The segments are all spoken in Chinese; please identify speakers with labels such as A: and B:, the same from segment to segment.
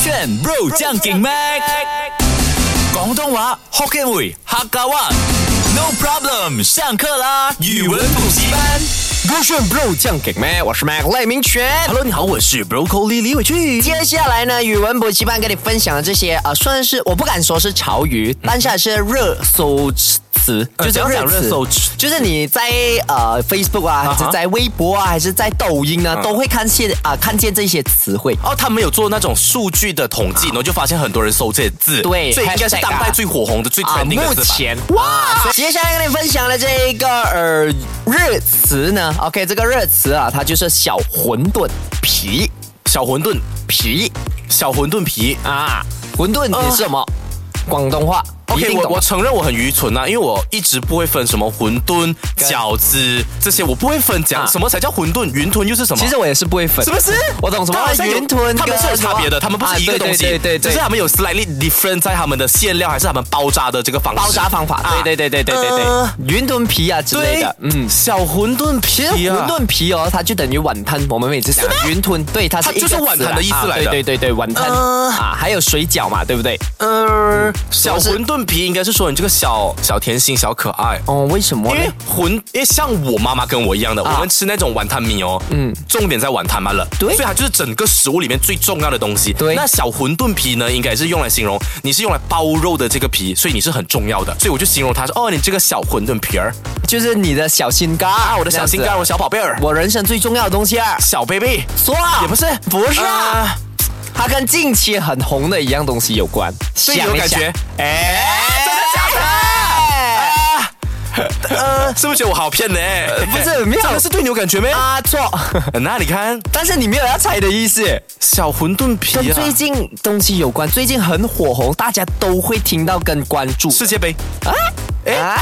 A: 选 bro 将劲 mac，广东话 Hokkien 语客家话。No problem，上课啦！语文补习班。
B: 不炫 bro 酱给麦，我是麦赖明全。
A: Hello，你好，我是 Broccoli 李伟俊。
B: 接下来呢，语文补习班跟你分享的这些啊、呃算是我不敢说是潮语，但是还是热搜词，
A: 嗯呃
B: 就是
A: 怎样讲
B: 词
A: 热搜词
B: 就是你在呃 Facebook 啊，还
A: 啊哈嗯
B: 是在微博啊，还是在抖音呢，都会看见啊、看见这些词汇。
A: 哦，他们有做那种数据的统计，然后就发现很多人搜这些字，
B: 对
A: 所以应该是
B: hashtag
A: 当代最火红的、最
B: 啊，
A: trending 的
B: 目
A: 字吧啊
B: 前哇，所以接下来跟你分享的这一个呃热词呢，OK，这个热词啊，它就是小馄饨皮
A: 小馄饨皮，小馄饨皮。
B: 啊，馄饨你是什么？广东话一
A: 啊 OK，
B: 定
A: 我
B: 懂
A: 我承认我很愚蠢啊，因为我一直不会分什么馄饨、饺子这些，我不会分讲、
B: 啊
A: 什么才叫馄饨，云吞又是什么？
C: 其实我也是不会粉，
A: 是不是？
B: 我懂什么啊
A: 它好像啊有
B: 云吞
A: 他们是有
B: 跟什么
A: 差别的，他们不是一个东西，
C: 啊对对对对对
A: 只是他们有 slightly different 在他们的馅料还是他们包扎的这个方式。
B: 包扎方法，
C: 对对对对对对对，
B: 呃云吞皮啊之类
A: 啊对
B: 的，嗯。
A: 小馄饨
B: 其
A: 皮、
B: 实
A: 啊，
B: 馄饨皮哦，它就等于碗汤，我们每次讲云吞，对，它是
A: 它
B: 一
A: 就
B: 个
A: 是
B: 词啊
A: 碗汤的意思
B: 啊
A: 来的
B: 对对对对，碗汤
A: 呃
B: 啊，还有水饺嘛，对不对？
A: 呃，小
B: 我是
A: 馄饨皮应该是说你这个小小甜心、小可爱。
B: 哦，为什么
A: 因
B: 呢
A: 为？馄，因为像我妈妈跟我一样的，我们吃那种碗汤米哦，啊嗯，重点在碗汤嘛了，
B: 对
A: 所以它就是整个食物里面最重要的东西。
B: 对
A: 那小馄饨皮呢，应该是用来形容你是用来包肉的这个皮，所以你是很重要的，所以我就形容它说，哦，你这个小馄饨皮儿
B: 就是你的小心肝
A: 啊，
B: 啊
A: 我的小心肝，，我小宝贝儿，
B: 我人生最重要的东西啊，
A: 小 baby，
B: 说啊
A: 也不是，
B: 不是啊
A: 啊，
B: 它跟近期很红的一样东西有关，
A: 所以有
B: 想一
A: 感
B: 想
A: 觉，哎，真的假的？
B: 哎
A: 呃，是不是觉得我好骗呢？
B: 不是没有
A: 真的是对你有感觉没？呃
B: 啊错，
A: 那你看
B: 但是你没有要猜的意思，
A: 小馄饨皮
B: 跟
A: 啊，
B: 最近东西有关，最近很火红，大家都会听到跟关注
A: 世界杯。
B: 哎啊，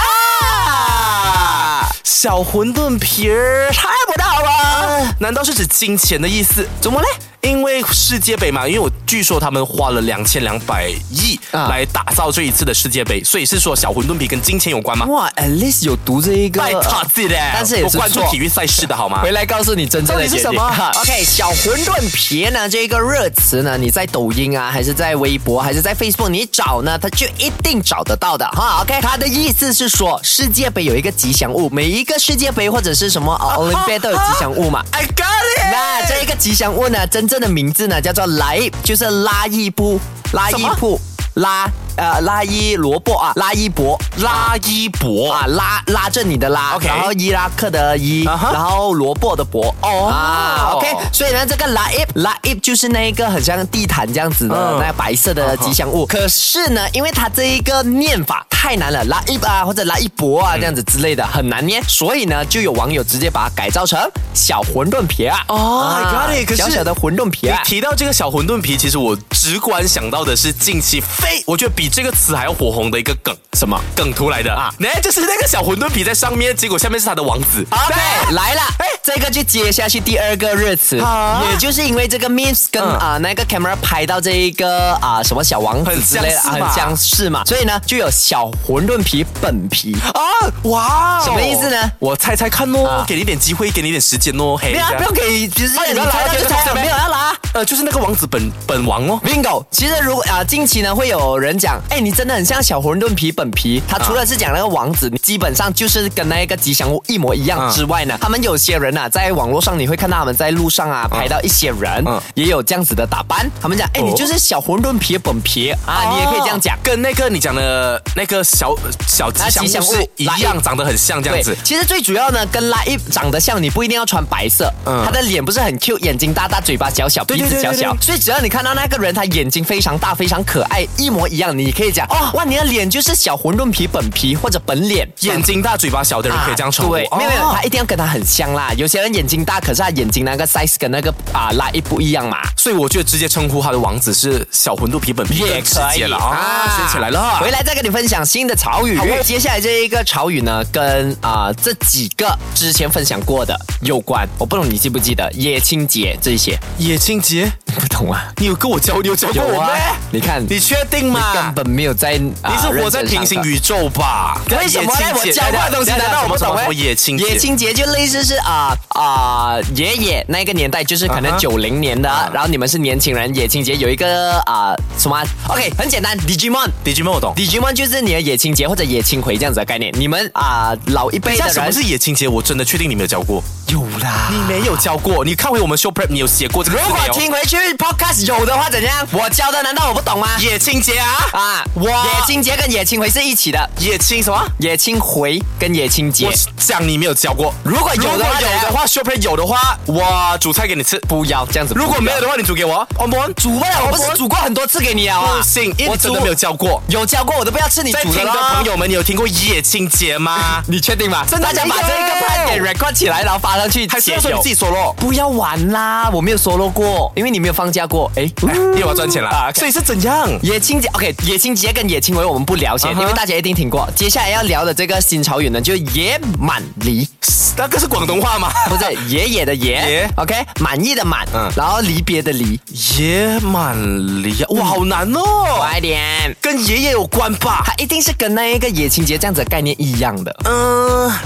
A: 小馄饨皮儿，
B: 猜不到吧？
A: 啊难道是指金钱的意思？
B: 怎么嘞？
A: 因为世界杯嘛，因为我据说他们花了两千两百亿
B: 啊
A: 来打造这一次的世界杯，所以是说小馄饨皮跟金钱有关吗？
B: 哇，at least 有读这一个，
A: 拜托自己的，
B: 但是也
A: 我
B: 是
A: 关注
B: 错
A: 体育赛事的好吗？
B: 回来告诉你真正的
A: 到底是
B: 原
A: 什
B: 因
A: 么
B: 哈 OK，小馄饨皮呢这个热词呢，你在抖音啊，还是在微博，还是在 Facebook，你找呢，它就一定找得到的哈。OK，它的意思是说，世界杯有一个吉祥物，每一个世界杯或者是什么啊 o l y m p i 都有吉祥物嘛。
A: I got
B: 那这一个吉祥物呢，真正的名字呢叫做莱，就是拉伊布，拉伊布，拉呃拉伊萝卜啊，拉伊伯，
A: 拉伊伯
B: 啊，拉拉着你的拉
A: OK
B: 然后伊拉克的伊
A: 啊哈
B: 然后萝卜的卜。
A: 哦
B: 啊，OK，所以呢，这个拉 ip 拉 ip 就是那一个很像地毯这样子的、
A: 嗯 Uh-huh
B: 那白色的吉祥物。可是呢，因为它这一个念法太难了，拉 ip 啊或者拉一博
A: 嗯
B: 啊这样子之类的很难念，所以呢，就有网友直接把它改造成小馄饨皮啊。
A: 哦
B: 啊
A: I got it，可是
B: 小小的馄饨皮
A: 你
B: 啊。
A: 提到这个小馄饨皮，其实我直观想到的是近期非我觉得比这个词还要火红的一个梗，什么梗图来的啊？那就是那个小馄饨皮在上面，结果下面是他的王子。
B: OK，来了，哎，这个就接下去第二个热词，
A: 啊
B: 也就是因为这个 memes 跟
A: 嗯
B: 啊、那个 camera 拍到这一个啊、什么小王子之类的，
A: 很相似
B: 啊
A: 吧
B: 很相似嘛，所以呢就有小馄饨皮本皮。
A: 啊，哇哦，
B: 什么意思呢
A: 我猜猜看哦，
B: 啊
A: 给你一点机会，给你一点时间哦，嘿，
B: 不要
A: 这样
B: 不要给，就是
A: 啊你
B: 你
A: 不要
B: 猜
A: 来
B: 到
A: 这
B: 就
A: 个
B: 猜
A: 是
B: 了，
A: 吗
B: 没有要啊拿。
A: 呃，就是那个王子本本王哦，
B: bingo，其实如果啊、近期呢会有人讲，哎，你真的很像小馄饨皮本皮。他除了是讲那个王子，基本上就是跟那个吉祥物一模一样
A: 啊
B: 之外呢，他们有些人啊，在网络上你会看到他们在路上啊拍到一些人、
A: 嗯
B: 也有这样子的打扮，他们讲，哎，
A: 哦
B: 你就是小馄饨皮本皮啊，你也可以这样讲。
A: 跟那个你讲的那个小小吉
B: 啊
A: 祥
B: 吉祥
A: 物
B: 物
A: 是一
B: 来
A: 样，长得很像这样
B: 对
A: 子，。
B: 其实最主要呢，跟拉一长得像，你不一定要穿白色。
A: 嗯
B: 他的脸不是很 Q，眼睛大大，嘴巴小小，
A: 对
B: 鼻
A: 对
B: 子
A: 对
B: 小
A: 对
B: 小
A: 对，
B: 所以只要你看到那个人，他眼睛非常大，非常可爱，一模一样，你可以讲哦，哇，你的脸就是小馄饨皮本皮或者本脸。啊
A: 眼睛大嘴巴小的人可以这样称呼，
B: 对，
A: 哦
B: 没有没有，他一定要跟他很像啦。有些人眼睛大，可是他眼睛那个 size 跟那个啊拉一不一样嘛。
A: 所以我就直接称呼他的王子是小馄饨皮本皮更直接了啊，学起来了。
B: 回来再跟你分享新的潮语
A: 好哦。
B: 接下来这一个潮语呢，跟啊、这几个之前分享过的有关。我不懂你记不记得野青节这一些？
A: 野青节
B: 不懂。懂啊。
A: 你有跟我教，你有教过
B: 有
A: 我
B: 啊
A: 咩？
B: 你看
A: 你确定吗？
B: 根本没有在，啊你
A: 你是活在平行宇宙吧？
B: 为什么呢？我教过的东西难道我不懂
A: 什
B: 吗？
A: 么野青
B: 野青节就类似是啊啊、爷爷那个年代，就是可能
A: 啊哈
B: 九零年的然后你们是年轻人，野青节有一个啊、什么啊？OK，很简单，Digimon。
A: ？Digimon 我懂。
B: Digimon 就是你的野青节或者野青回这样子的概念。你们啊、老一辈
A: 你
B: 的
A: 像什么
B: 人
A: 是野青节？我真的确定你没有教过，
B: 有啦
A: 你。没有教过。你看回我们 show prep，你有写过这个字
B: 如
A: 没
B: 果
A: 有？
B: 听回去 Podcast 有的话怎样？我教的难道我不懂吗？
A: 野青节啊
B: 啊，
A: 我
B: 野青节跟野青回是一起的，
A: 野青什么？
B: 野青回跟野青节
A: 我讲你没有教过。
B: 如果有的话
A: 如果有的话 s h o p 有的话，我煮菜给你吃。
B: 不要这样子。
A: 如果没有的
B: 话，
A: 话，你煮给我。我们
B: 煮不了，我不是煮过很多次给你啊？
A: 不信，因为
B: 我
A: 你真的
B: 煮
A: 没有教过。
B: 有教过，我都不要吃你
A: 在
B: 煮
A: 听
B: 的
A: 的
B: 了。
A: 朋，友们，你有听过野青节 吗？
B: 你确定吗？
A: 真的
B: 大家把这
A: 没有
B: 个 part 给 record 起来，然后发上去
A: 还是
B: 解
A: 要说你
B: 忧
A: 自。己说咯。
B: 不要玩啦，我没有 solo 过，因为你没有放假过。 哎，
A: 因为我要赚钱
B: 啊
A: 了，
B: ，OK
A: 所以是怎样？
B: 野青节，OK，野青节跟野青回我们不聊先
A: 啊哈
B: 因为大家一定听过。接下来要聊的这个新潮语呢，就是野满 离，
A: 那个是广东话吗？
B: 不是爷爷的爷
A: 爷
B: ，OK，满意的满
A: 嗯，
B: 然后离别的离，
A: 野蛮离啊，哇，好难哦，
B: 快点，
A: 跟爷爷有关吧？
B: 它一定是跟那一个野青节这样子的概念一样的。
A: 嗯、啊，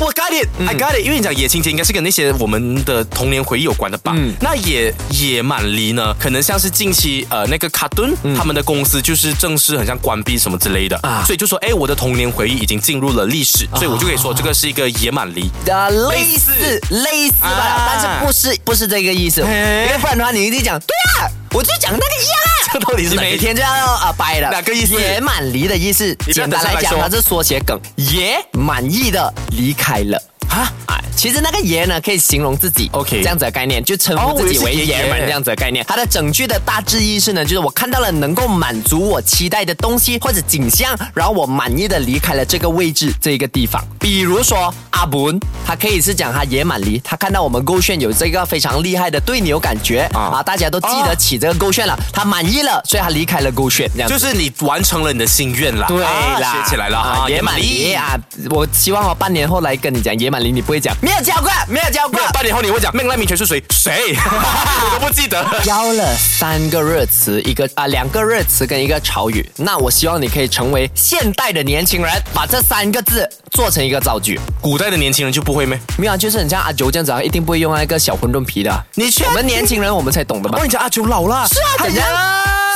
A: 我 got
B: 嗯
A: it，I got it，、因为你讲野青节应该是跟那些我们的童年回忆有关的吧？
B: 嗯
A: 那野野蛮离呢，可能像是近期呃那个卡顿、他们的公司就是正式很像关闭什么之类的，
B: 嗯啊
A: 所以就说哎，我的童年回忆已经进入了历史，所以我就可以说这个是一个野蛮离。
B: 呃，类
A: 类
B: 似
A: 似
B: 类似吧，
A: 啊
B: 但是不是不是这个意思，因
A: 嘿
B: 为不然的话你一定讲对啊，我就讲那个一样啊。
A: 这到底是
B: 你
A: 哪个
B: 每天就要啊掰了，
A: 哪个意思
B: 野蛮离的意思，
A: 你不要等
B: 简单
A: 下
B: 来
A: 来
B: 讲，
A: 说
B: 它是缩写梗，爷满意的离开了。
A: 啊？
B: 啊，其实那个爷呢，可以形容自己
A: OK
B: 这样子的概念，就称
A: 哦
B: 呼自己
A: 我
B: 为
A: 以为是爷
B: 爷
A: 爷
B: 们这样子的概念。它的整句的大致意思呢，就是我看到了能够满足我期待的东西或者景象，然后我满意的离开了这个位置这一个地方。比如说阿文，他可以是讲他爷满离，他看到我们勾炫有这个非常厉害的对牛感觉啊
A: 啊
B: 大家都记得起这个勾炫了，他满意了，所以他离开了勾炫这样子
A: 就。是你完成了你的心愿啦，
B: 对
A: 啊
B: 啦，
A: 学起来了
B: 啊
A: 啊，
B: 野蛮离啊！我希望我半年后来跟你讲野蛮离，你不会讲没有教过，没有教过
A: 没有，。半年后你会讲命赖民权是谁？谁？ 我都不记得。
B: 教了三个热词，一个啊两个热词跟一个潮语。那我希望你可以成为现代的年轻人，把这三个字做成一个造句。
A: 古代的年轻人就不会咩？
B: 没有啊，就是很像阿九这样子啊，一定不会用那个小馄饨皮的。
A: 你确
B: 我们年轻人我们才懂的嘛
A: 我。跟你讲，阿九老了。是
B: 啊怎样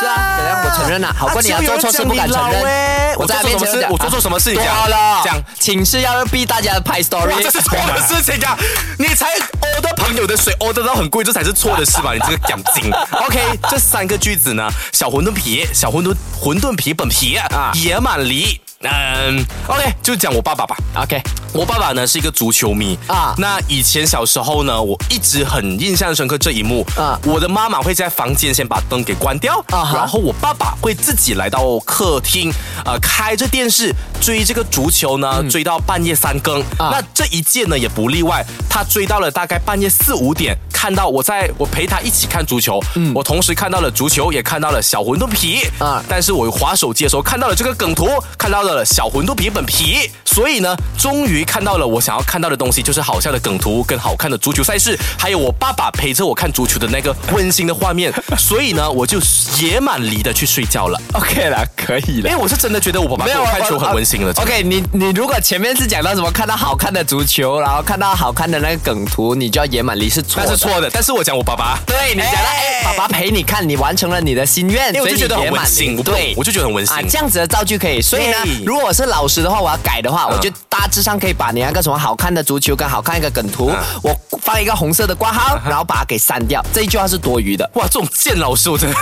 B: 是啊，怎样？我承认了、好过你啊，做错事不敢承认。
A: 欸我在面前，我做错什么事？你
B: 多
A: 讲啊
B: 了，
A: 讲
B: 讲，，请示要逼大家拍 story。
A: 哇，这是错的 事情啊！你才 order 朋友的水，order 到很贵，这才是错的事 吧？你这个奖金。OK，这三个句子呢，小馄饨皮，小馄饨馄饨皮本皮啊，野蛮梨。嗯，OK，就讲我爸爸吧。
B: OK，
A: 我爸爸呢是一个足球迷啊。
B: 啊
A: 那以前小时候呢，我一直很印象深刻这一幕
B: 啊
A: 啊。我的妈妈会在房间先把灯给关掉，
B: 啊哈
A: 然后我爸爸会自己来到客厅，呃，开着电视追这个足球呢，追到半夜三更。
B: 嗯啊
A: 那这一届呢也不例外，他追到了大概半夜四五点，看到我在我陪他一起看足球，
B: 嗯
A: 我同时看到了足球，也看到了小馄饨皮
B: 啊
A: 啊。但是我划手机的时候看到了这个梗图，看到了小馄饨皮本皮，所以呢，终于看到了我想要看到的东西，就是好笑的梗图跟好看的足球赛事，还有我爸爸陪着我看足球的那个温馨的画 面。所以呢，我就野蛮离的去睡觉了，
B: OK 了，可以
A: 因为。我是真的觉得我爸爸陪我看球啊很温馨 了。真的
B: OK，你你如果前面是讲到什么看到好看的足球，然后看到好看的那个梗图，你就要野蛮离是错
A: 那
B: 的。
A: 是。错的，但是我讲我爸爸。
B: 对你讲到哎，爸爸陪你看，你完成了你的心愿，
A: 哎因为我就觉得
B: 所以
A: 很
B: 你野蛮
A: 温
B: 离
A: 馨，我不懂
B: 对，
A: 我就觉得很温馨
B: 啊，。这样子的造句可以。所以呢
A: 对，嗯
B: 如果我是老师的话，我要改的话，我就大致上可以把你那个什么好看的足球跟好看一个梗
A: 嗯
B: 图，我放一个红色的挂号，然后把它给删掉。这一句话是多 余的，
A: 哇，这种贱老师，我真的。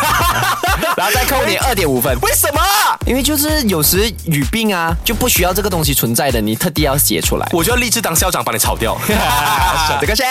B: 然后再扣
A: 哎
B: 你二点五分。
A: 为什么？
B: 因为就是有时语病啊，就不需要这个东西存在的，你特地要写出 来。
A: 我就要立志当校长，把你炒掉。
B: 这个先。